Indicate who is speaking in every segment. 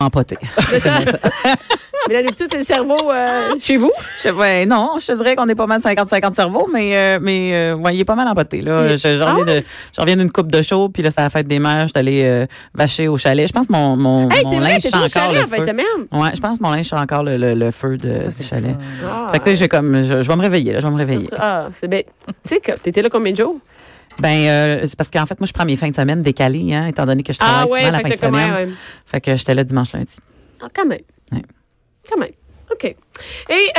Speaker 1: empoté.
Speaker 2: C'est ça. Mais là, tout le cerveau euh,
Speaker 1: Ah.
Speaker 2: chez vous.
Speaker 1: Je- ouais, non, je te dirais qu'on est pas mal 50-50 cerveau, mais, euh, mais euh, ouais, il est pas mal empoté. Là. Je, je reviens
Speaker 2: Ah!
Speaker 1: de- je reviens d'une coupe de chaud, puis là, c'est la fête des mères, je suis allée euh, vacher au chalet. Je pense que mon, mon,
Speaker 2: Hey,
Speaker 1: mon
Speaker 2: c'est vrai,
Speaker 1: linge
Speaker 2: t'es
Speaker 1: sent
Speaker 2: au
Speaker 1: encore
Speaker 2: chalet
Speaker 1: le
Speaker 2: en fin de
Speaker 1: feu.
Speaker 2: semaine.
Speaker 1: Ouais, je pense que mon linge sent encore le, le- le feu de,
Speaker 3: Ça,
Speaker 1: du
Speaker 3: c'est
Speaker 1: chalet.
Speaker 3: le fun.
Speaker 2: Ah,
Speaker 1: Fait que tu sais, j'ai comme, je, je vais me réveiller, là, je vais me réveiller.
Speaker 2: ah, c'est bête. Tu sais, que t'étais là combien de jours?
Speaker 1: Ben, euh, c'est parce qu'en fait, moi, je prends mes fins de semaine décalées, hein, étant donné que je travaille
Speaker 2: Ah ouais,
Speaker 1: souvent la
Speaker 2: fait
Speaker 1: fin
Speaker 2: que
Speaker 1: de
Speaker 2: t'as
Speaker 1: semaine.
Speaker 2: comment, ouais.
Speaker 1: Fait que j'étais là dimanche, lundi.
Speaker 2: Ah, quand même.
Speaker 1: Ouais.
Speaker 2: Quand même. OK. Et,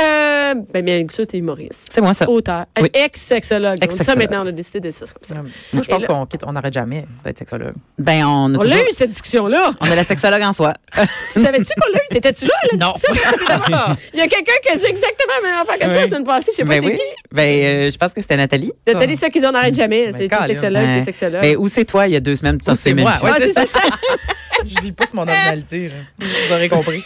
Speaker 2: euh, ben, bien sûr, t'es humoriste.
Speaker 1: C'est moi, ça.
Speaker 2: Auteur.
Speaker 1: Oui.
Speaker 2: Ex-sexologue. Donc, Ça,
Speaker 1: Ex-sexologue.
Speaker 2: maintenant, on a décidé de ça. c'est comme ça.
Speaker 3: Moi, je
Speaker 2: Et
Speaker 3: pense
Speaker 2: là-
Speaker 3: qu'on quitte, on n'arrête jamais d'être sexologue.
Speaker 1: Ben, on a
Speaker 2: On
Speaker 1: toujours...
Speaker 2: l'a eu, cette discussion-là.
Speaker 1: On a la sexologue en soi.
Speaker 2: tu savais-tu qu'on l'a eu? T'étais-tu là, à la
Speaker 3: Non.
Speaker 2: discussion? Il y a quelqu'un qui a dit exactement la même affaire que toi
Speaker 3: Oui.
Speaker 2: la semaine passée. Je sais pas
Speaker 1: ben
Speaker 2: c'est
Speaker 1: oui.
Speaker 2: qui.
Speaker 1: Ben, euh, je pense que c'était Nathalie.
Speaker 2: Nathalie, ça qu'ils en arrêtent jamais.
Speaker 3: Ben,
Speaker 2: C'est t'es
Speaker 3: câlin.
Speaker 2: sexologue,
Speaker 1: Ouais.
Speaker 2: t'es sexologue.
Speaker 1: Ben, où c'est toi il y a deux semaines? Putain,
Speaker 3: Ou c'est
Speaker 1: même
Speaker 3: moi.
Speaker 1: chose.
Speaker 3: Ouais,
Speaker 2: Ah,
Speaker 3: c'est
Speaker 2: c'est ça.
Speaker 3: Je vis pas sur mon originalité. là. Vous aurez compris.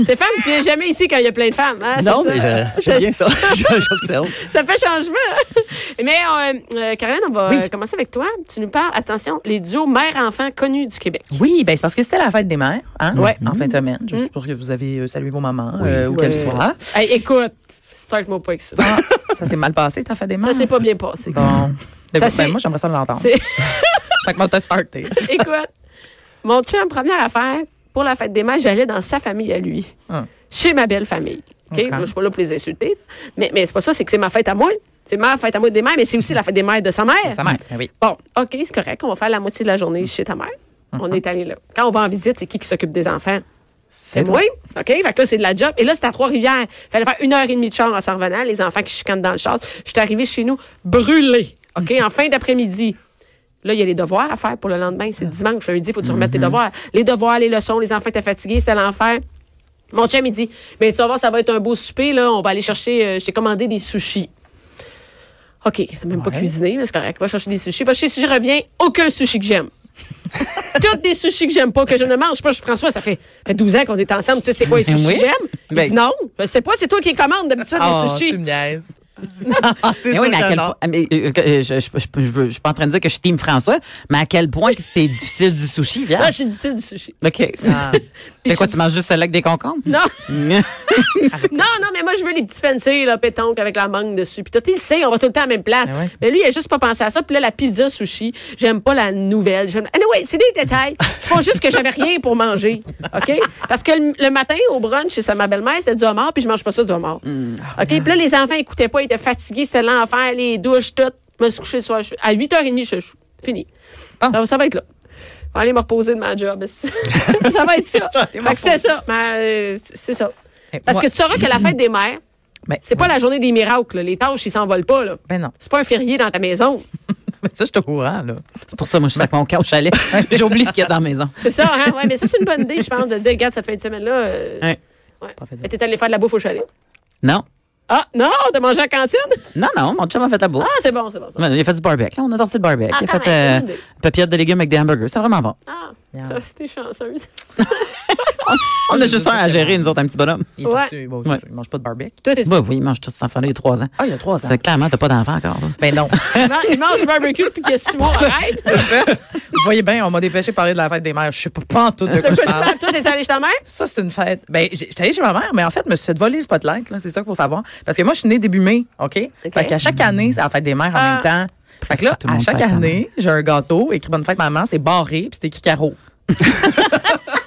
Speaker 2: Stéphane, tu viens jamais ici quand il y a plein de femmes. hein,
Speaker 4: Non,
Speaker 2: c'est
Speaker 4: mais
Speaker 2: ça?
Speaker 4: je- j'aime bien ça. Je- J'observe.
Speaker 2: Ça fait changement. Mais euh, euh, Karen, on va
Speaker 3: Oui.
Speaker 2: euh, commencer avec toi. Tu nous parles, attention, les duos mère-enfant connus du Québec.
Speaker 3: Oui, ben c'est parce que c'était la fête des mères, hein,
Speaker 2: Ouais.
Speaker 3: en fin de semaine. Je
Speaker 2: Mm.
Speaker 3: suppose que vous avez euh, salué vos mamans, euh, où
Speaker 2: Ouais.
Speaker 3: qu'elles soient.
Speaker 2: Hey, écoute, start-moi pas avec ça.
Speaker 3: Ah, ça s'est mal passé, ta fête des mères?
Speaker 2: Ça s'est pas bien passé.
Speaker 3: Bon. Ben,
Speaker 2: Ça
Speaker 3: ben,
Speaker 2: s'est-
Speaker 3: moi, j'aimerais ça l'entendre.
Speaker 2: C'est-
Speaker 3: Fait que moi, t'as starté.
Speaker 2: écoute, mon chum, première affaire, pour la fête des mères, j'allais dans sa famille à lui,
Speaker 3: Hum.
Speaker 2: chez ma belle famille. OK?
Speaker 3: Ok.
Speaker 2: Moi, je suis pas là pour les insulter. Mais, mais c'est pas ça, c'est que c'est ma fête à moi. C'est ma fête à moi des mères, mais c'est aussi la fête des mères de sa mère.
Speaker 3: Ça mère. ben oui.
Speaker 2: Bon, OK, c'est correct. On va faire la moitié de la journée chez ta mère. On est allé là. Quand on va en visite, c'est qui qui s'occupe des enfants? C'est moi. OK? Fait que là, c'est de la job. Et là, c'est à Trois-Rivières. Fallait faire une heure et demie de char en s'en revenant. Les enfants qui chicanent dans le char. Je suis arrivée chez nous brûlée. OK? En fin d'après-midi. Là, il y a les devoirs à faire pour le lendemain. C'est dimanche, lundi, il faut que tu remettes tes devoirs. Les devoirs, les leçons, les enfants étaient fatigués, c'était l'enfer. Mon chum, il dit, mais tu vas voir, ça va être un beau souper, là. On va aller chercher, euh, je t'ai commandé des sushis. OK, c'est même pas
Speaker 3: Ouais.
Speaker 2: cuisiné, mais c'est correct. Va chercher des sushis. Va chercher des sushis, reviens. Aucun sushi que j'aime. Toutes des sushis que j'aime pas, que je ne mange pas. Je François, ça fait, fait 12 ans qu'on est ensemble. Tu sais, c'est quoi les sushis
Speaker 1: Oui.
Speaker 2: que j'aime? Il
Speaker 1: Ben-
Speaker 2: dit non. Je sais pas, c'est toi qui les commandes d'habitude,
Speaker 3: Oh,
Speaker 2: les
Speaker 3: tu
Speaker 2: sushis.
Speaker 3: me niaises. Ben c'est
Speaker 1: Mais
Speaker 3: sûr
Speaker 1: oui, mais à
Speaker 3: que
Speaker 1: quel
Speaker 3: non.
Speaker 1: point. mais, euh, que, euh, je, je, je, je veux- je suis pas en train de dire que je suis Team François, mais à quel point que c'était difficile du sushi,
Speaker 2: Là,
Speaker 1: viens.
Speaker 2: Ah, je suis du du sushi.
Speaker 1: OK.
Speaker 3: Ah.
Speaker 1: C'est quoi, tu manges juste le lac des concombres?
Speaker 2: Non,
Speaker 1: non,
Speaker 2: non, non, mais moi, je veux les petits fancy, là, pétanque avec la mangue dessus. Puis tout, il sait, on va tout le temps à la même place.
Speaker 3: Ah ouais.
Speaker 2: Mais lui, il a juste pas pensé à ça. Puis là, la pizza sushi, j'aime pas la nouvelle. J'aime... Anyway, c'est des détails. Ils font juste que j'avais rien pour manger. OK? Parce que le, le matin, au brunch, chez sa- ma belle-mère, c'était du homard, puis je mange pas ça du homard. OK? Puis là, les enfants écoutaient pas, ils étaient fatigués, c'était l'enfer, les douches, tout. Je me suis couché le soir. je- À 8h30, je suis fini.
Speaker 3: Ah.
Speaker 2: Ça, va- ça va être là. Je vais aller me reposer de ma job. ça va être ça.
Speaker 3: vais aller me
Speaker 2: Fait que c'était ça. Mais, euh, c'est ça.
Speaker 3: Eh,
Speaker 2: Parce
Speaker 3: moi-
Speaker 2: que tu sauras que la fête des mères,
Speaker 3: Ben,
Speaker 2: c'est pas la journée des miracles. là. Les tâches, ils s'envolent pas. Là.
Speaker 3: Ben non.
Speaker 2: C'est pas un férié dans ta maison.
Speaker 3: Mais ça, je suis au courant, là.
Speaker 1: C'est pour ça, moi, je suis avec mon cas au chalet. J'oublie ce qu'il y a dans la maison.
Speaker 2: C'est ça, hein? Ouais, mais ça, c'est une bonne idée, je pense, de dire, regarde, cette fin de semaine-là. euh,
Speaker 1: Ouais.
Speaker 2: ouais.
Speaker 3: Hein? Pas fait
Speaker 2: Et T'es allé faire de la bouffe au chalet.
Speaker 1: Non.
Speaker 2: Ah, non, t'as mangé à la cantine?
Speaker 1: Non, non, mon chum a fait la bouffe.
Speaker 2: Ah, c'est bon, c'est bon. Ça.
Speaker 1: Ouais, Il a fait du barbecue. Là, on a sorti le barbecue.
Speaker 2: Ah,
Speaker 1: il a
Speaker 2: quand
Speaker 1: fait
Speaker 2: même,
Speaker 1: euh,
Speaker 2: c'est une idée.
Speaker 1: papillote de légumes avec des hamburgers. C'est vraiment bon.
Speaker 2: Ah,
Speaker 3: Yeah.
Speaker 2: ça, c'était chanceuse.
Speaker 1: On
Speaker 3: je
Speaker 1: a juste
Speaker 3: sais
Speaker 1: un à
Speaker 3: que-
Speaker 1: gérer, nous autres, un petit bonhomme.
Speaker 3: Il, est
Speaker 2: Ouais.
Speaker 3: tortue, bon, c'est
Speaker 1: Ouais.
Speaker 3: sûr, il mange pas de barbecue.
Speaker 2: Toi, t'es
Speaker 1: Bah oui, il mange tous ses enfants, il a trois ans.
Speaker 3: Ah, il y a trois ans.
Speaker 1: C'est clairement, t'as pas d'enfant encore. là.
Speaker 3: Ben non.
Speaker 2: Non, Il mange du barbecue depuis qu'il y a six mois. Arrête!
Speaker 3: Vous voyez bien, on m'a dépêché de parler de la fête des mères. Je sais pas, pas en tout de quoi
Speaker 2: Toi,
Speaker 3: je
Speaker 2: tu
Speaker 3: parle.
Speaker 2: parles, toi, t'es allé chez ta mère?
Speaker 3: Ça, c'est une fête. Ben, j'ai- j'étais allée chez ma mère, mais en fait, je me suis fait voler le spotlight, là. C'est ça qu'il faut savoir. Parce que moi, je suis née début mai, OK? Fait qu'à chaque année, c'est la fête des mères en
Speaker 2: Ah.
Speaker 3: même temps. Fait que là,
Speaker 1: tout le
Speaker 3: à
Speaker 1: monde hein.
Speaker 3: chaque
Speaker 1: fête la
Speaker 3: année, j'ai un gâteau, écrit Bonne fête, maman, c'est barré, puis c'est écrit carreau.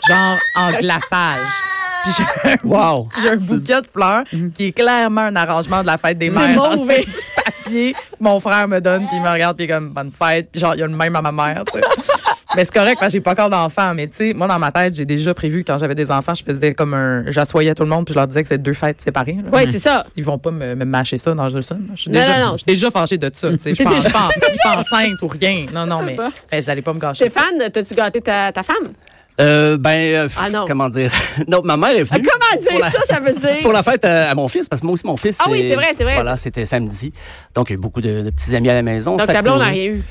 Speaker 3: Genre en glaçage. Puis j'ai un,
Speaker 4: Wow.
Speaker 3: j'ai un bouquet de fleurs
Speaker 2: Mhm.
Speaker 3: qui est clairement un arrangement de la fête des mères. dans ce
Speaker 2: mauvais.
Speaker 3: petit papier que mon frère me donne, puis il me regarde, puis il est comme bonne fête, puis genre, il y a le même à ma mère, tu sais. Mais c'est correct, parce que j'ai pas encore d'enfants. Mais tu sais, moi, dans ma tête, j'ai déjà prévu quand j'avais des enfants, je faisais comme un. J'assoyais tout le monde, puis je leur disais que c'est deux fêtes séparées. là.
Speaker 2: Oui, c'est ça.
Speaker 3: Ils vont pas me, me mâcher ça dans le sol. Je suis
Speaker 2: Non,
Speaker 3: déjà,
Speaker 2: non, non.
Speaker 3: je suis déjà fâchée de ça. tu sais. Je suis pas- je suis pas je suis pas enceinte ou rien. Non, non, mais, mais j'allais pas me gâcher. ça.
Speaker 2: Stéphane, t'as-tu gâté ta, ta femme?
Speaker 4: Euh, ben, euh,
Speaker 2: Ah, non.
Speaker 4: comment dire? Non, ma mère est
Speaker 2: Ah,
Speaker 4: venue.
Speaker 2: Comment dire
Speaker 4: pour la-
Speaker 2: ça, ça veut dire?
Speaker 4: Pour la fête euh, à mon fils, parce que moi aussi, mon fils.
Speaker 2: Ah oui, c'est vrai, c'est vrai.
Speaker 4: Voilà, c'était samedi. Donc, il y a eu beaucoup de, de petits amis à la maison.
Speaker 2: Donc,
Speaker 4: Ça
Speaker 2: ta blonde n'a
Speaker 4: courait.
Speaker 2: rien eu.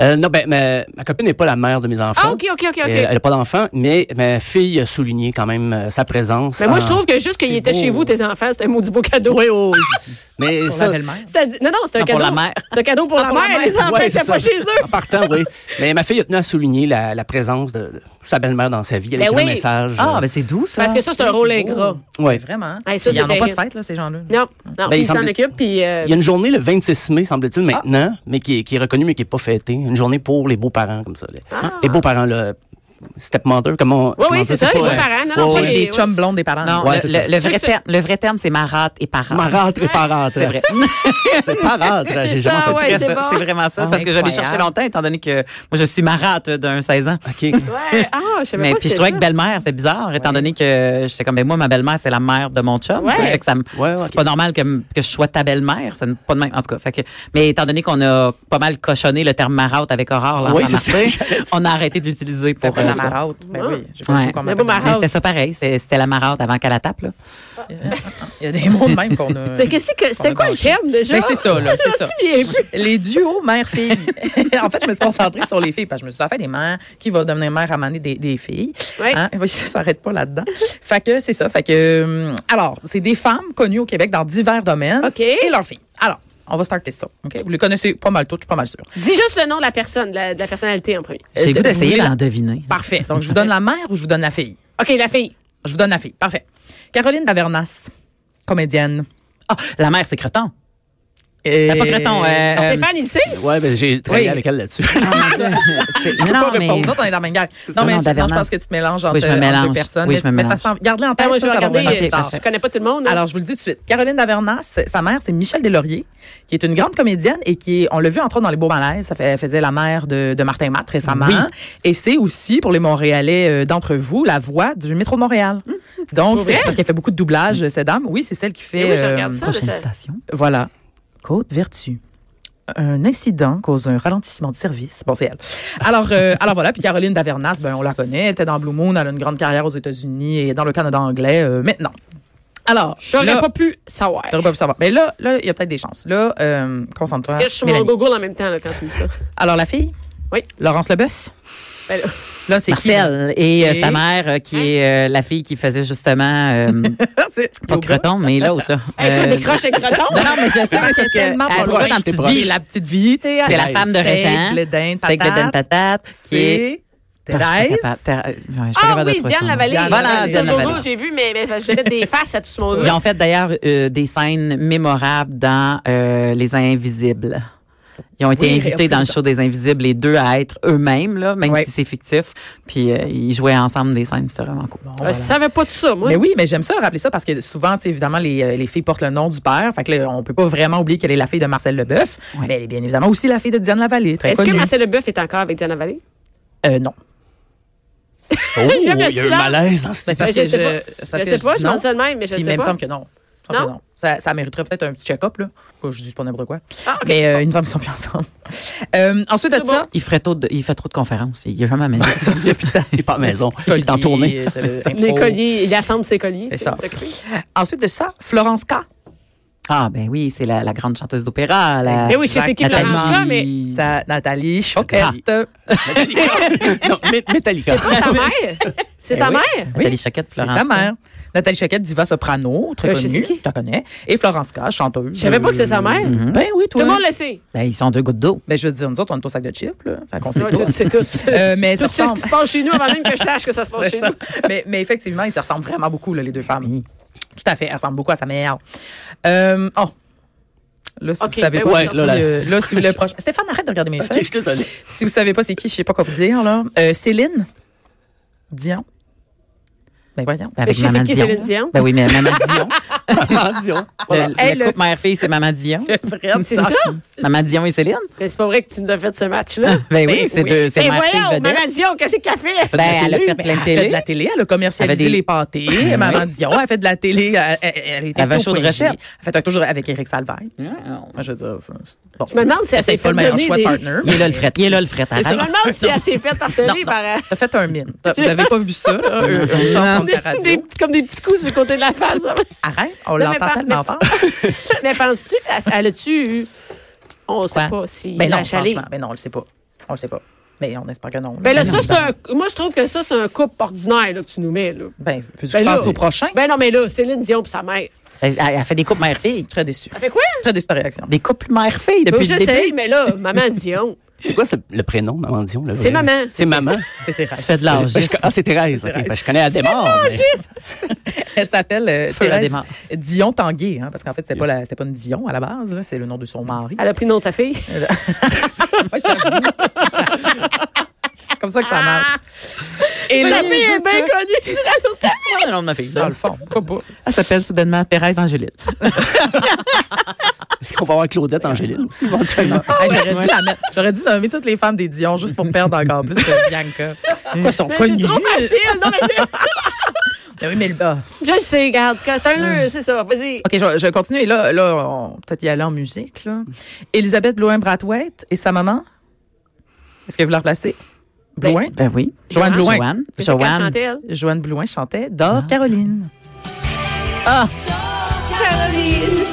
Speaker 4: Euh, non, ben, ma, ma copine n'est pas la mère de mes enfants.
Speaker 2: Ah, OK, OK, OK, OK.
Speaker 4: Euh, Elle n'a pas d'enfant, mais ma fille a souligné quand même euh, sa présence.
Speaker 2: Mais moi,
Speaker 4: en-
Speaker 2: je trouve que juste qu'il
Speaker 4: c'est
Speaker 2: était
Speaker 4: beau.
Speaker 2: chez vous, tes enfants, c'était un maudit beau cadeau.
Speaker 4: Oui, oui, oui. Mais
Speaker 3: Pour
Speaker 4: ça.
Speaker 3: la belle-mère.
Speaker 2: C'est-à-dire- Non, non, c'est un
Speaker 1: Ah,
Speaker 2: cadeau.
Speaker 1: pour la mère.
Speaker 2: C'est un cadeau
Speaker 4: Ah,
Speaker 2: pour la
Speaker 3: pour la
Speaker 2: mère.
Speaker 3: mère.
Speaker 2: Les enfants
Speaker 4: Ouais,
Speaker 2: n'étaient
Speaker 4: c'est Ah,
Speaker 2: pas
Speaker 4: ça.
Speaker 2: chez eux.
Speaker 4: En partant, oui. Mais ma fille a tenu à souligner la, la présence de, sa belle-mère dans sa vie avec
Speaker 2: Ben oui.
Speaker 4: un message.
Speaker 1: Ah,
Speaker 4: euh,
Speaker 1: ben c'est doux, ça.
Speaker 2: Parce que ça, c'est un rôle ingrat.
Speaker 4: ouais.
Speaker 3: Vraiment.
Speaker 2: Hey, ça,
Speaker 3: Ils en
Speaker 2: c'est
Speaker 3: ont pas de
Speaker 2: terrible.
Speaker 3: fête, là, ces gens-là.
Speaker 2: Non, non,
Speaker 4: Ben, il
Speaker 2: il s'en
Speaker 4: semble-
Speaker 2: occupe, puis... euh,
Speaker 4: Il y a une journée le 26 mai, semble-t-il, maintenant, mais qui est, qui est reconnue, mais qui n'est pas fêtée. Une journée pour les beaux-parents, comme ça. Les, les beaux-parents, le stepmother, comment
Speaker 2: Oui,
Speaker 4: comment
Speaker 2: oui,
Speaker 4: dire,
Speaker 2: c'est ça, les
Speaker 4: pas, euh,
Speaker 2: beaux-parents. Non, non,
Speaker 4: ouais,
Speaker 2: pas
Speaker 4: ouais.
Speaker 2: les-
Speaker 3: Les chums blondes des parents.
Speaker 1: Non,
Speaker 4: Ouais,
Speaker 1: le-
Speaker 4: c'est
Speaker 1: le,
Speaker 4: ça.
Speaker 1: le vrai
Speaker 2: C'est-
Speaker 1: terme, le vrai terme, c'est marate et
Speaker 4: Ah.
Speaker 1: parate.
Speaker 4: Marâtre et parâtre.
Speaker 1: C'est vrai.
Speaker 4: C'est parâtre,
Speaker 2: C'est
Speaker 4: j'ai
Speaker 2: ça,
Speaker 4: jamais fait
Speaker 2: ouais.
Speaker 1: C'est
Speaker 2: c'est
Speaker 1: ça,
Speaker 2: bon.
Speaker 1: c'est vraiment ça.
Speaker 3: Ah,
Speaker 1: parce que je l'ai
Speaker 3: incroyable.
Speaker 1: cherché longtemps, étant donné que moi, je suis marate d'un 16 ans.
Speaker 4: OK.
Speaker 2: Ouais, ah, je savais
Speaker 1: Mais
Speaker 2: pas
Speaker 1: puis
Speaker 2: que
Speaker 1: je trouvais
Speaker 2: c'est
Speaker 1: que belle-mère, c'était bizarre, étant donné que j'étais comme, ben moi, ma belle-mère, c'est la mère de mon chum.
Speaker 2: Ouais.
Speaker 1: tu sais, fait que ça me-
Speaker 4: Ouais, ouais,
Speaker 1: c'est
Speaker 4: ok.
Speaker 1: pas normal que, m- que je sois ta belle-mère. C'est pas de même, en tout cas. Fait que, mais étant donné qu'on a pas mal cochonné le terme marate avec horreur, là,
Speaker 4: Oui,
Speaker 1: avant
Speaker 4: c'est
Speaker 1: Martin,
Speaker 4: ça,
Speaker 1: on a arrêté d'utiliser
Speaker 3: Pour
Speaker 1: pour euh,
Speaker 3: la
Speaker 1: ça.
Speaker 3: maraude. Ben oui, j'ai
Speaker 1: Ouais.
Speaker 3: pas beaucoup
Speaker 2: Mais bon,
Speaker 1: Mais
Speaker 3: compris.
Speaker 2: maraude.
Speaker 1: c'était ça pareil, c'est- c'était la marade avant qu'elle la tape. Là.
Speaker 3: Il y a des mots de même qu'on a.
Speaker 2: Mais qu'est-ce
Speaker 1: Ben,
Speaker 2: que c'était quoi le thème déjà?
Speaker 3: Mais c'est ça, là, c'est
Speaker 2: Je
Speaker 3: ça.
Speaker 2: me souviens plus.
Speaker 3: Les duos mère-fille. en fait, je me suis concentrée sur les filles parce que je me suis dit, ça fait des mères qui vont devenir mère à maner des, des filles.
Speaker 2: Ouais.
Speaker 3: Hein? Oui, Ça s'arrête pas là-dedans. fait que c'est ça. Fait que, hum, alors, c'est des femmes connues au Québec dans divers domaines
Speaker 2: OK.
Speaker 3: et leurs filles. Alors, on va starter ça. OK? Vous les connaissez pas mal toutes, je suis pas mal sûre.
Speaker 2: Dis juste le nom de la personne, de la, de la personnalité en premier.
Speaker 1: J'ai
Speaker 3: Euh,
Speaker 1: le goût
Speaker 3: vous
Speaker 1: d'essayer
Speaker 3: voulez la-
Speaker 1: d'en deviner.
Speaker 3: Parfait. Donc, je vous donne la mère ou je vous donne la fille?
Speaker 2: OK, la fille.
Speaker 3: Je vous donne la fille. Parfait. Caroline Davernas, comédienne.
Speaker 1: Ah, la mère, c'est Creton.
Speaker 3: Et...
Speaker 1: pas Creton, euh,
Speaker 3: Non,
Speaker 2: Stéphane, il le sait?
Speaker 4: Ouais, ben, j'ai travaillé
Speaker 3: Oui.
Speaker 4: avec elle là-dessus.
Speaker 1: C'est-
Speaker 3: Je peux
Speaker 1: non,
Speaker 3: pas
Speaker 1: mais-
Speaker 3: répondre. Nous autres, on est dans la même gang. Non,
Speaker 1: ça.
Speaker 3: mais
Speaker 1: Non,
Speaker 3: je- non,
Speaker 1: Davernance.
Speaker 3: je pense que tu te mélanges entre,
Speaker 1: Oui, je me
Speaker 3: entre deux
Speaker 1: mélange.
Speaker 3: personnes.
Speaker 1: Oui,
Speaker 3: mais-
Speaker 1: je me
Speaker 3: mais ça
Speaker 1: mélange.
Speaker 3: semble- Garde-les en tête.
Speaker 2: Ah, moi,
Speaker 3: ça,
Speaker 2: je vais
Speaker 3: ça va
Speaker 2: regarder.
Speaker 3: revenir
Speaker 1: ok,
Speaker 2: euh,
Speaker 3: plus tard.
Speaker 1: parfait.
Speaker 2: je connais pas tout le monde. hein. là.
Speaker 3: Alors, je vous le dis tout de suite. Caroline Davernas, sa mère, c'est Michel Deslauriers, qui est une grande comédienne et qui, est- on l'a vu entre autres dans Les Beaux Malaises, ça fait- elle faisait la mère de, de Martin Matt récemment. Et c'est aussi, pour les Montréalais euh, d'entre vous, la voix du métro de Montréal.
Speaker 1: Mmh.
Speaker 3: Donc,
Speaker 2: Pour
Speaker 3: c'est
Speaker 2: vrai?
Speaker 3: parce qu'elle fait beaucoup de doublage, cette dame. Oui, c'est celle qui fait.
Speaker 2: Eh oui, je
Speaker 3: euh,
Speaker 2: regarde ça. là,
Speaker 1: Prochaine
Speaker 2: ça-
Speaker 1: station.
Speaker 3: Voilà. Côte Vertu. Un incident cause un ralentissement de service. Bon, c'est elle. Alors, euh, alors voilà. Puis Caroline Davernas, ben, on la connaît. Elle était dans Blue Moon. Elle a une grande carrière aux États-Unis et dans le Canada anglais euh, maintenant. Alors,
Speaker 2: J'aurais
Speaker 3: là-
Speaker 2: pas pu savoir.
Speaker 3: T'aurais pas pu savoir. Mais là, là, il y a peut-être des chances. Là, euh, concentre-toi.
Speaker 2: Parce que je suis mon
Speaker 3: Mélanie.
Speaker 2: Google en même temps là, quand tu me dis ça.
Speaker 3: Alors, la fille?
Speaker 2: Oui.
Speaker 3: Laurence Leboeuf?
Speaker 2: Ben là,
Speaker 3: Là, c'est qui? là?
Speaker 1: Marcel et euh,
Speaker 3: Et-
Speaker 1: sa mère euh, qui est euh, la fille qui faisait justement euh,
Speaker 3: C'est
Speaker 1: pas Creton mais l'autre là.
Speaker 2: hey,
Speaker 1: Euh,
Speaker 2: toi, décroche avec Creton.
Speaker 1: non, non, mais je sais
Speaker 3: C'est
Speaker 1: parce que
Speaker 3: tellement
Speaker 1: elle
Speaker 3: pas
Speaker 1: joue
Speaker 3: loin.
Speaker 1: dans Petite
Speaker 3: C'est
Speaker 1: Vie,
Speaker 3: la petite vie, tu sais.
Speaker 1: C'est la
Speaker 3: avec
Speaker 1: femme de
Speaker 3: steak,
Speaker 1: Régent.
Speaker 3: Le dinde,
Speaker 1: Steak de dinde
Speaker 3: patate.
Speaker 1: patate qui est
Speaker 3: C'est Thérèse.
Speaker 1: Ah, je suis pas capable. Thérèse- ouais, je suis pas
Speaker 2: Ah
Speaker 1: capable de
Speaker 2: oui,
Speaker 1: trouver son
Speaker 2: Diane
Speaker 1: nom.
Speaker 2: Lavallée.
Speaker 3: Diane
Speaker 1: Voilà,
Speaker 3: Lavallée.
Speaker 2: Sur
Speaker 1: Diane
Speaker 2: Google,
Speaker 1: Lavallée.
Speaker 2: J'ai vu, mais, mais je vais mettre des faces à tout ce monde-là.
Speaker 1: Ils ont fait d'ailleurs euh, des scènes mémorables dans euh, Les Invisibles. Ils ont été
Speaker 3: Oui,
Speaker 1: invités dans le show des Invisibles, les deux, à être eux-mêmes, là, même
Speaker 3: Ouais.
Speaker 1: si c'est fictif. Puis euh, ils jouaient ensemble des scènes, c'était vraiment cool.
Speaker 2: Je savais pas tout Ah, ça, moi.
Speaker 3: Mais oui, mais j'aime ça rappeler ça parce que souvent, tu sais, évidemment, les, euh, les filles portent le nom du père. Fait que là, on peut pas vraiment oublier qu'elle est la fille de Marcel Leboeuf.
Speaker 1: Ouais.
Speaker 3: Mais elle est bien évidemment aussi la fille de Diane Lavallée. Très
Speaker 2: Est-ce que
Speaker 3: connue.
Speaker 2: Marcel Ben, Leboeuf est encore avec Diane Lavallée?
Speaker 3: Euh, non.
Speaker 4: Oh, il y
Speaker 2: J'aime le
Speaker 4: a eu
Speaker 2: silence.
Speaker 4: malaise dans cette
Speaker 3: Ben, c'est parce
Speaker 2: Ben,
Speaker 3: que
Speaker 2: je sais
Speaker 3: je-
Speaker 2: pas.
Speaker 3: c'est parce
Speaker 2: Je
Speaker 3: que
Speaker 2: sais pas,
Speaker 3: dis
Speaker 2: je
Speaker 3: non.
Speaker 2: pense ça de même, mais je
Speaker 3: Puis
Speaker 2: sais
Speaker 3: il me
Speaker 2: pas.
Speaker 3: semble que non. Il me
Speaker 2: Non?
Speaker 3: semble que Ça, ça mériterait peut-être un petit check-up, là. Pas- Je dis pas n'importe quoi.
Speaker 2: Ah, ok.
Speaker 3: Mais euh, il me semble qu'ils sont plus ensemble. Euh, ensuite de
Speaker 2: C'est
Speaker 3: ça,
Speaker 1: Il, ferait trop de- il fait trop de conférences. Il y a jamais amené.
Speaker 4: Il est pas à la maison. Il est en
Speaker 3: collier,
Speaker 4: tournée.
Speaker 3: c'est le
Speaker 2: Les
Speaker 3: impro.
Speaker 2: colliers, il assemble ses colliers.
Speaker 3: C'est
Speaker 2: tu sais,
Speaker 3: ça.
Speaker 2: t'occupé.
Speaker 3: Ensuite de ça, Florence K.
Speaker 1: Ah ben oui, c'est la, la grande chanteuse d'opéra. La...
Speaker 2: Mais
Speaker 3: Ah,
Speaker 2: Eh Ben oui, je sais qui
Speaker 1: Nathalie.
Speaker 2: Florence K, mais
Speaker 3: Ça, Nathalie Choquette.
Speaker 4: non, mais- Metallica.
Speaker 2: c'est sa mère. C'est
Speaker 3: Eh
Speaker 2: sa mère.
Speaker 1: Nathalie Choquette,
Speaker 3: C'est
Speaker 1: Florence.
Speaker 3: sa mère. Nathalie Choquette, diva soprano, très
Speaker 2: Euh, je
Speaker 3: connue,
Speaker 2: sais qui.
Speaker 3: tu la connais. Et Florence K, chanteuse.
Speaker 2: Je savais pas que c'est sa mère.
Speaker 3: Ben oui,
Speaker 2: Tout
Speaker 3: toi.
Speaker 2: le monde le sait.
Speaker 1: Ben, ils sont deux gouttes d'eau.
Speaker 3: Ben, je veux te dire, nous autres, on est au sac de chips, là. Fait qu'on sait
Speaker 2: Ouais,
Speaker 3: tout.
Speaker 2: Je sais tout.
Speaker 3: Euh, mais
Speaker 2: Tu
Speaker 3: ça
Speaker 2: sais ce qui
Speaker 3: ressemble...
Speaker 2: se passe chez nous avant même que je sache que ça se passe chez nous.
Speaker 3: mais, mais effectivement, ils se ressemblent vraiment beaucoup, là, les deux femmes. Tout à fait. Elles ressemblent beaucoup à sa mère. Euh, oh. Là, si
Speaker 2: Ok,
Speaker 3: vous savez
Speaker 2: ben
Speaker 3: pas,
Speaker 2: oui,
Speaker 3: si,
Speaker 4: là, là.
Speaker 3: euh, là, si vous voulez proche- Stéphane, arrête de regarder mes
Speaker 4: Ok, je
Speaker 3: feuilles.
Speaker 4: suis désolé.
Speaker 3: Si vous savez pas c'est qui, je sais pas quoi vous dire, là. Euh, Céline. Dion. Ben, voyons.
Speaker 1: Ben, avec
Speaker 2: Mais je sais
Speaker 1: Maman
Speaker 2: qui
Speaker 1: Dion.
Speaker 2: Céline Dion.
Speaker 1: Ben oui, mais Maman Dion.
Speaker 4: Maman Dion.
Speaker 1: Le,
Speaker 4: Voilà.
Speaker 1: le
Speaker 3: Elle,
Speaker 1: couple mère-fille, c'est Maman Dion.
Speaker 2: C'est ça.
Speaker 3: Ah,
Speaker 1: Maman Dion et Céline.
Speaker 2: Mais c'est pas vrai que tu nous as fait ce match-là.
Speaker 1: Ben oui, c'est
Speaker 3: oui.
Speaker 1: deux, c'est
Speaker 2: Et
Speaker 1: ma fille
Speaker 2: voilà,
Speaker 1: vedette.
Speaker 2: Maman Dion, qu'est-ce qu'elle fait?
Speaker 1: Ben, elle a
Speaker 3: télé,
Speaker 1: fait
Speaker 3: ben,
Speaker 1: plein de
Speaker 3: elle a fait de
Speaker 1: télé.
Speaker 3: la télé, elle a commercialisé
Speaker 1: Elle avait des-
Speaker 3: les pâtés, Maman Dion, elle a fait de la télé, elle, elle, elle était
Speaker 1: Elle avait un show de
Speaker 3: Elle
Speaker 1: recettes. Mm.
Speaker 3: fait un toujours avec Eric Salvaille. Moi, je veux dire, c'est- c'est- bon,
Speaker 2: Je me demande si elle
Speaker 3: c'est
Speaker 2: s'est
Speaker 3: pas
Speaker 2: fait
Speaker 3: le meilleur
Speaker 2: donner
Speaker 3: choix
Speaker 2: des-
Speaker 3: de partner.
Speaker 1: Il est là le fret. Il est là le fret.
Speaker 2: Je me
Speaker 1: Arrête.
Speaker 2: demande si elle s'est fait harceler
Speaker 3: Non,
Speaker 2: par euh,
Speaker 3: T'as fait un mime. T'as- Vous avez pas vu ça, là, eux, une chanson de
Speaker 2: des,
Speaker 3: la radio.
Speaker 2: petits- comme des petits coups du côté de la face.
Speaker 3: Arrête, on
Speaker 2: Non, mais
Speaker 3: l'entend
Speaker 2: par-
Speaker 3: tellement
Speaker 2: mais-
Speaker 3: fort.
Speaker 2: Mais penses-tu, elle- elle a-tu eu. On sait
Speaker 1: Quoi?
Speaker 2: pas si.
Speaker 3: Ben
Speaker 2: il a
Speaker 3: non,
Speaker 2: chalé.
Speaker 3: franchement, ben non, on le sait pas. On le sait pas. Mais on espère que non.
Speaker 2: Ben là,
Speaker 3: non,
Speaker 2: ça, c'est un. Moi, je trouve que ça, c'est un couple ordinaire là, que tu nous mets. Là.
Speaker 3: Ben, veux-tu que
Speaker 2: Ben
Speaker 3: je
Speaker 2: là-
Speaker 3: passe au prochain?
Speaker 2: Ben non, mais là, Céline Dion pis sa mère.
Speaker 1: Elle elle fait des couples mère-fille.
Speaker 3: Très déçu.
Speaker 2: Ça fait quoi?
Speaker 3: Très déçu de ta réaction.
Speaker 1: Des couples mère-fille depuis
Speaker 2: Ben,
Speaker 1: le début.
Speaker 2: J'essaye, mais là, Maman Dion.
Speaker 4: C'est quoi ce- le prénom, Maman Dion? le
Speaker 2: C'est
Speaker 4: vrai?
Speaker 2: maman.
Speaker 4: C'est Maman.
Speaker 3: C'est
Speaker 1: Tu
Speaker 3: Thérèse.
Speaker 1: fais de
Speaker 4: Ben,
Speaker 1: l'argent.
Speaker 4: je- ah, c'est Thérèse. ok. Ben, je connais la démarre. mais-
Speaker 3: Elle s'appelle euh,
Speaker 1: Feu la
Speaker 3: Thérèse
Speaker 1: démarre.
Speaker 3: Dion Tanguay, hein, parce qu'en fait, c'était pas, la- c'était pas une Dion à la base, là, c'est le nom de son mari.
Speaker 2: Elle a pris le nom de sa fille.
Speaker 3: Moi, j'avoue. Comme ça que ça marche. Et
Speaker 2: La
Speaker 3: là,
Speaker 2: fille est bien connue.
Speaker 1: le nom de ma fille.
Speaker 3: dans le fond, pourquoi pas?
Speaker 1: Elle s'appelle soudainement Thérèse Angélite.
Speaker 4: Est-ce qu'on va avoir Claudette Angélil aussi, éventuellement?
Speaker 3: Hey, j'aurais, dû la mettre- j'aurais dû nommer toutes les femmes des Dion juste pour perdre encore plus que Bianca. Pourquoi sont
Speaker 2: Mais c'est
Speaker 3: connues?
Speaker 2: trop facile. Non, mais c'est-
Speaker 3: Ben oui, mais le bas.
Speaker 2: Je le sais, regarde. C'est un leu, c'est ça. Vas-y.
Speaker 3: OK, je, je continue. Et là, là on va peut-être y aller en musique. Là. Elisabeth Blouin-Brathwaite et sa maman. Est-ce que vous la replacez? Blouin?
Speaker 1: Ben oui.
Speaker 3: Joanne Blouin.
Speaker 1: Joanne.
Speaker 2: Mais c'est quand elle
Speaker 1: Joanne.
Speaker 2: chantait, elle.
Speaker 3: Joanne Blouin chantait Dor Caroline.
Speaker 1: Ah,
Speaker 2: Caroline.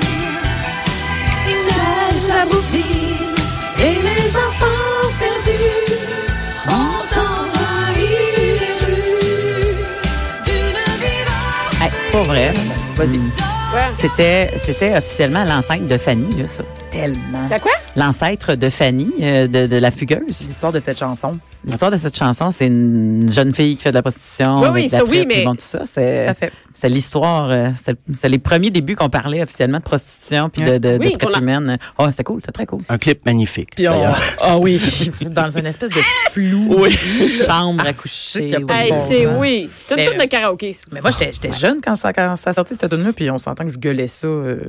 Speaker 5: Il neige à Bouville et les enfants perdus entendront les rues d'une vivace.
Speaker 1: hey, pas vrai. Vas-y.
Speaker 2: Ouais.
Speaker 1: C'était, c'était officiellement l'ancêtre de Fanny, là, ça.
Speaker 3: Tellement.
Speaker 2: T'as quoi?
Speaker 1: L'ancêtre de Fanny, euh, de, de la fugueuse.
Speaker 3: L'histoire de cette chanson.
Speaker 1: L'histoire de cette chanson, c'est une jeune fille qui fait de la prostitution.
Speaker 2: Oui,
Speaker 1: avec
Speaker 2: oui,
Speaker 1: de la
Speaker 2: ça, oui,
Speaker 1: traite, puis
Speaker 2: mais-
Speaker 1: bon, tout ça, c'est,
Speaker 3: Tout à fait.
Speaker 1: c'est l'histoire, euh, c'est, c'est les premiers débuts qu'on parlait officiellement de prostitution puis de, de, de
Speaker 2: Oui,
Speaker 1: traite
Speaker 2: qu'on a-
Speaker 1: humaine. Oh, c'est cool, c'est très cool.
Speaker 4: Un clip magnifique.
Speaker 3: Puis on-
Speaker 4: d'ailleurs.
Speaker 3: Ah oui, dans une espèce de flou.
Speaker 1: Oui. Chambre à
Speaker 3: c'est
Speaker 1: coucher.
Speaker 3: que
Speaker 1: oui.
Speaker 3: pas
Speaker 2: Hey,
Speaker 3: bon
Speaker 2: c'est
Speaker 3: sens.
Speaker 2: oui. C'est
Speaker 3: hein. Mais-
Speaker 2: une toute de karaoké. ça.
Speaker 3: Mais moi, j'étais j'étais jeune quand ça, quand ça a sorti cette tune-là, puis on s'entend que je gueulais ça euh,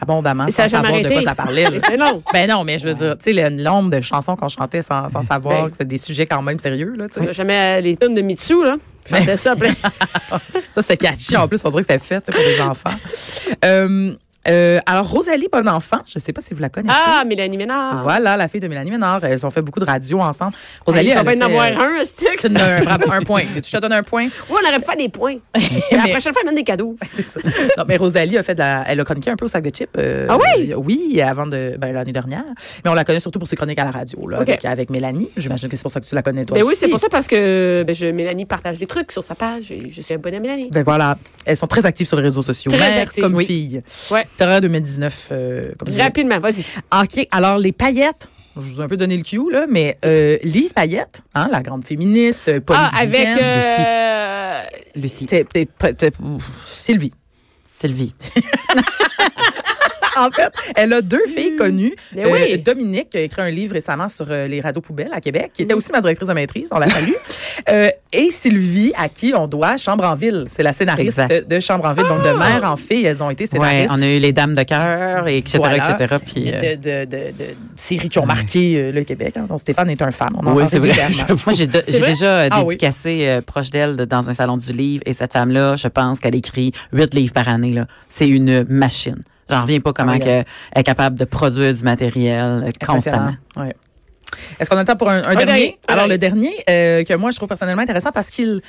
Speaker 3: abondamment
Speaker 2: Et ça
Speaker 3: sans
Speaker 2: a jamais
Speaker 3: savoir de quoi
Speaker 2: arrêté.
Speaker 3: ça parlait. là.
Speaker 2: C'est long.
Speaker 3: ben non, mais je veux dire, tu sais, le- le nombre de chansons qu'on chantait sans, sans savoir
Speaker 2: Ben.
Speaker 3: que c'était des sujets quand même sérieux, là, tu
Speaker 2: On n'a
Speaker 3: sais.
Speaker 2: jamais euh, les tunes de Mitsu, là. Chantait ça après.
Speaker 3: Ça, c'était catchy. En plus, on dirait que c'était fait tu sais, pour des enfants. Euh, euh, alors, Rosalie Bonenfant, je sais pas si vous la connaissez.
Speaker 2: Ah, Mélanie Ménard.
Speaker 3: Voilà, la fille de Mélanie Ménard. Elles ont fait beaucoup de radio ensemble. Rosalie,
Speaker 2: il
Speaker 3: elle
Speaker 2: va
Speaker 3: a
Speaker 2: bien en
Speaker 3: fait,
Speaker 2: avoir
Speaker 3: euh,
Speaker 2: un, stick.
Speaker 3: Tu me donnes un, bravo, un point. Tu te donnes un point?
Speaker 2: Ouais, on aurait pu faire des points. Mais la prochaine fois, amène des cadeaux.
Speaker 3: C'est ça. Non, mais Rosalie a fait de la, elle a chroniqué un peu au sac de chips. euh,
Speaker 2: Ah oui?
Speaker 3: euh, Oui, avant de, ben, l'année dernière. Mais on la connaît surtout pour ses chroniques à la radio, là,
Speaker 2: OK.
Speaker 3: avec, avec Mélanie. J'imagine que c'est pour ça que tu la connais, toi
Speaker 2: Ben oui,
Speaker 3: aussi.
Speaker 2: c'est pour ça parce que ben, je, Mélanie partage des trucs sur sa page et je suis abonnée à Mélanie.
Speaker 3: Ben voilà. Elles sont très actives sur les réseaux sociaux.
Speaker 2: Très
Speaker 3: Mères
Speaker 2: actives,
Speaker 3: comme
Speaker 2: oui.
Speaker 3: filles.
Speaker 2: Ouais.
Speaker 3: Terra 2019, euh, comme je disais.
Speaker 2: Rapidement, vas-y.
Speaker 3: OK. Alors, les paillettes. Je vous ai un peu donné le cue, là, mais euh, Lise Payette, hein, la grande féministe, euh,
Speaker 2: Ah, avec
Speaker 3: politicienne.
Speaker 2: euh,
Speaker 1: Lucie.
Speaker 3: T'es- t'es- t'es- ouf, Sylvie.
Speaker 1: Sylvie.
Speaker 3: en fait, elle a deux filles connues.
Speaker 1: Mm. Ben
Speaker 3: Euh,
Speaker 2: Mais oui.
Speaker 3: Dominique qui a écrit un livre récemment sur euh, les radios poubelles à Québec, qui était
Speaker 1: Mm.
Speaker 3: aussi ma directrice de maîtrise, on la salue. Euh, et Sylvie, à qui on doit Chambre en ville. C'est la scénariste
Speaker 1: Exact. Ah!
Speaker 3: de, de Chambre en ville. Donc, de mère en fille, elles ont été
Speaker 1: Ouais,
Speaker 3: scénaristes.
Speaker 1: on a eu les dames de cœur, et etc.,
Speaker 3: Voilà.
Speaker 1: etc. Puis, euh,
Speaker 3: de, de- de- de séries qui ont marqué euh, le Québec. hein, dont Stéphane est un fan. On en
Speaker 1: Oui,
Speaker 3: parle
Speaker 1: c'est vrai.
Speaker 3: régulièrement.
Speaker 1: Moi, j'ai de- j'ai
Speaker 3: vrai?
Speaker 1: déjà euh,
Speaker 3: Ah oui.
Speaker 1: dédicacé euh, proche d'elle de- dans un salon du livre et cette femme-là, je pense qu'elle écrit huit livres par année. là. C'est une machine. J'en reviens pas comment
Speaker 3: Ah oui, hein.
Speaker 1: que- elle est capable de produire du matériel euh, constamment.
Speaker 3: Impressionnant. Ouais. Est-ce qu'on a le temps pour un, un dernier?
Speaker 2: dernier. Un
Speaker 3: Alors,
Speaker 2: dernier.
Speaker 3: le dernier, euh, que moi, je trouve personnellement intéressant parce qu'il,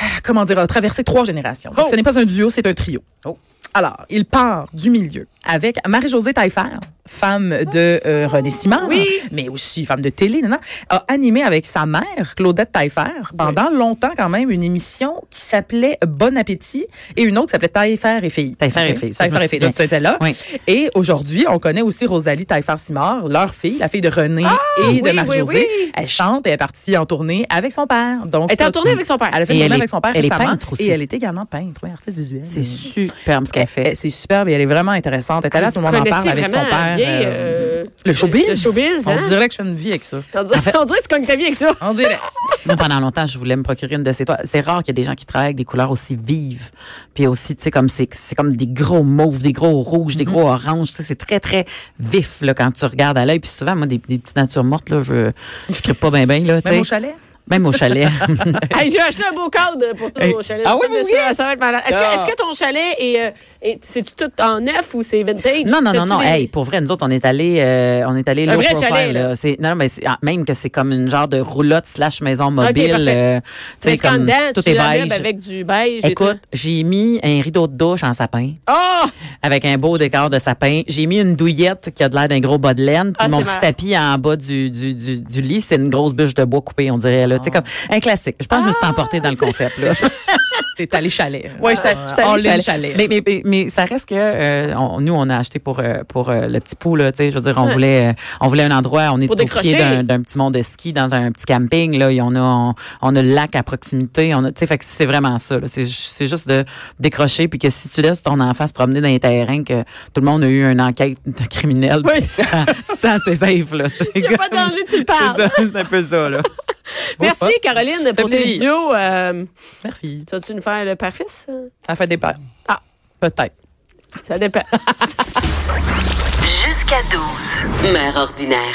Speaker 3: ah, comment dire, a traversé trois générations. Donc,
Speaker 2: Oh.
Speaker 3: ce n'est pas un duo, c'est un trio.
Speaker 1: Oh.
Speaker 3: Alors, il part du milieu avec Marie-Josée Taillefer, femme de
Speaker 1: Ah.
Speaker 3: euh, René Simard, mais aussi femme de télé, nanana, a animé avec sa mère, Claudette Taillefer, pendant longtemps quand même, une émission qui s'appelait Bon Appétit et une autre qui s'appelait Taillefer et Filles.
Speaker 1: Taillefer et
Speaker 3: Ok?
Speaker 1: Filles, ça, je
Speaker 3: Taillefer
Speaker 1: me
Speaker 3: et Filles,
Speaker 1: souviens.
Speaker 3: donc c'était là.
Speaker 1: Oui.
Speaker 3: Et aujourd'hui, on connaît aussi Rosalie Taillefer-Simard, leur fille, la fille de René et de
Speaker 2: Ah, oui,
Speaker 3: Marie-Josée.
Speaker 2: oui, oui.
Speaker 3: Elle chante et elle est partie en tournée avec son père. Donc,
Speaker 2: Elle était en tournée avec son père.
Speaker 3: Elle a fait
Speaker 1: Et
Speaker 3: une
Speaker 1: elle
Speaker 3: tournée
Speaker 1: est-
Speaker 3: avec son père
Speaker 1: elle est
Speaker 3: récemment.
Speaker 1: peintre aussi.
Speaker 3: Et elle est également peintre, oui, artiste visuelle.
Speaker 1: C'est superbe ce qu'elle
Speaker 3: Elle-
Speaker 1: fait.
Speaker 3: elle- C'est superbe et elle est vraiment intéressante. Elle était là, tout le monde
Speaker 2: Ah,
Speaker 3: en
Speaker 2: Connaissez
Speaker 3: parle avec son
Speaker 2: vraiment
Speaker 3: père.
Speaker 2: bien,
Speaker 3: euh,
Speaker 2: euh,
Speaker 3: le showbiz.
Speaker 2: le showbiz,
Speaker 3: On
Speaker 2: hein?
Speaker 3: dirait que je fais une vie avec ça.
Speaker 2: On dirait, on dirait que tu cognes ta vie avec ça.
Speaker 3: On dirait.
Speaker 1: Moi, pendant longtemps, je voulais me procurer une de ces toiles. C'est rare qu'il y ait des gens qui travaillent avec des couleurs aussi vives. Puis aussi, tu sais, comme c'est, c'est comme des gros mauves, des gros rouges,
Speaker 3: Mm-hmm.
Speaker 1: des gros oranges. Tu sais, c'est très, très vif, là, quand tu regardes à l'œil. Puis souvent, moi, des, des petites natures mortes, là, je, je trippe pas bien, bien, là, tu
Speaker 3: Même
Speaker 1: sais.
Speaker 3: au chalet.
Speaker 1: Même au chalet.
Speaker 2: Hey, J'ai acheté un beau cadre pour ton chalet.
Speaker 3: Ah oui,
Speaker 2: Mais
Speaker 3: oui,
Speaker 2: ça, ça va être malade. Est-ce
Speaker 1: Ah.
Speaker 2: que, est-ce que ton chalet est, euh, est- c'est-tu tout en neuf ou c'est vintage?
Speaker 1: non, non, non,
Speaker 2: T'as-tu
Speaker 1: non.
Speaker 2: des-
Speaker 1: Hey, pour vrai, nous autres, on est allés, euh, on est allés
Speaker 2: Un
Speaker 1: low
Speaker 2: vrai
Speaker 1: profile,
Speaker 2: chalet, là.
Speaker 1: là. C'est, non, non, mais c'est- ah, même que c'est comme une genre de roulotte slash maison mobile.
Speaker 2: parfait.
Speaker 1: euh, tu sais,
Speaker 2: Mais
Speaker 1: comme
Speaker 2: comme dedans,
Speaker 1: tout
Speaker 2: tu
Speaker 1: est
Speaker 2: l'enlèves
Speaker 1: beige.
Speaker 2: avec du beige. et
Speaker 1: Écoute, j'ai mis un rideau de douche en sapin.
Speaker 2: tout. Ah!
Speaker 1: avec un beau décor de sapin. J'ai mis une douillette qui a de l'air d'un gros bas de laine. Puis
Speaker 2: Ah,
Speaker 1: mon
Speaker 2: c'est
Speaker 1: petit
Speaker 2: marrant.
Speaker 1: tapis en bas du, du, du, du lit, c'est une grosse bûche de bois coupée, on dirait. Là. là, tu sais,
Speaker 2: Ah.
Speaker 1: comme un classique. Je pense que je me suis emportée dans le concept là.
Speaker 3: T'es allé chalet.
Speaker 1: Ouais, j'étais j'étais allée
Speaker 3: allé
Speaker 1: chalet. Mais, mais, mais, mais ça reste que euh, on- nous on a acheté pour euh, pour euh, le petit pou là, tu sais, je veux dire on voulait euh, on voulait un endroit, on est
Speaker 2: Pour
Speaker 1: au pied
Speaker 2: décrocher.
Speaker 1: d'un d'un petit mont de ski dans un petit camping là, et on a on, on a le lac à proximité, on a tu sais fait que c'est vraiment ça là, c'est ju- c'est juste de décrocher puis que si tu laisses ton enfant se promener dans les terrains que tout le monde a eu une enquite de criminel,
Speaker 2: Oui.
Speaker 1: puis tu te sens- tu te sens c'est safe là, tu sais,
Speaker 2: Il n'y a pas de
Speaker 1: comme-
Speaker 2: danger, tu le
Speaker 1: C'est
Speaker 2: parles.
Speaker 1: ça, c'est un peu ça là.
Speaker 2: Merci, Caroline, pour tes
Speaker 3: plaisir.
Speaker 2: duos. Euh,
Speaker 3: Merci.
Speaker 2: tu vas-tu nous faire le père-fils?
Speaker 3: Ça fait des pères.
Speaker 2: Ah.
Speaker 3: Peut-être.
Speaker 2: Ça dépend.
Speaker 6: Jusqu'à 12. Mère ordinaire.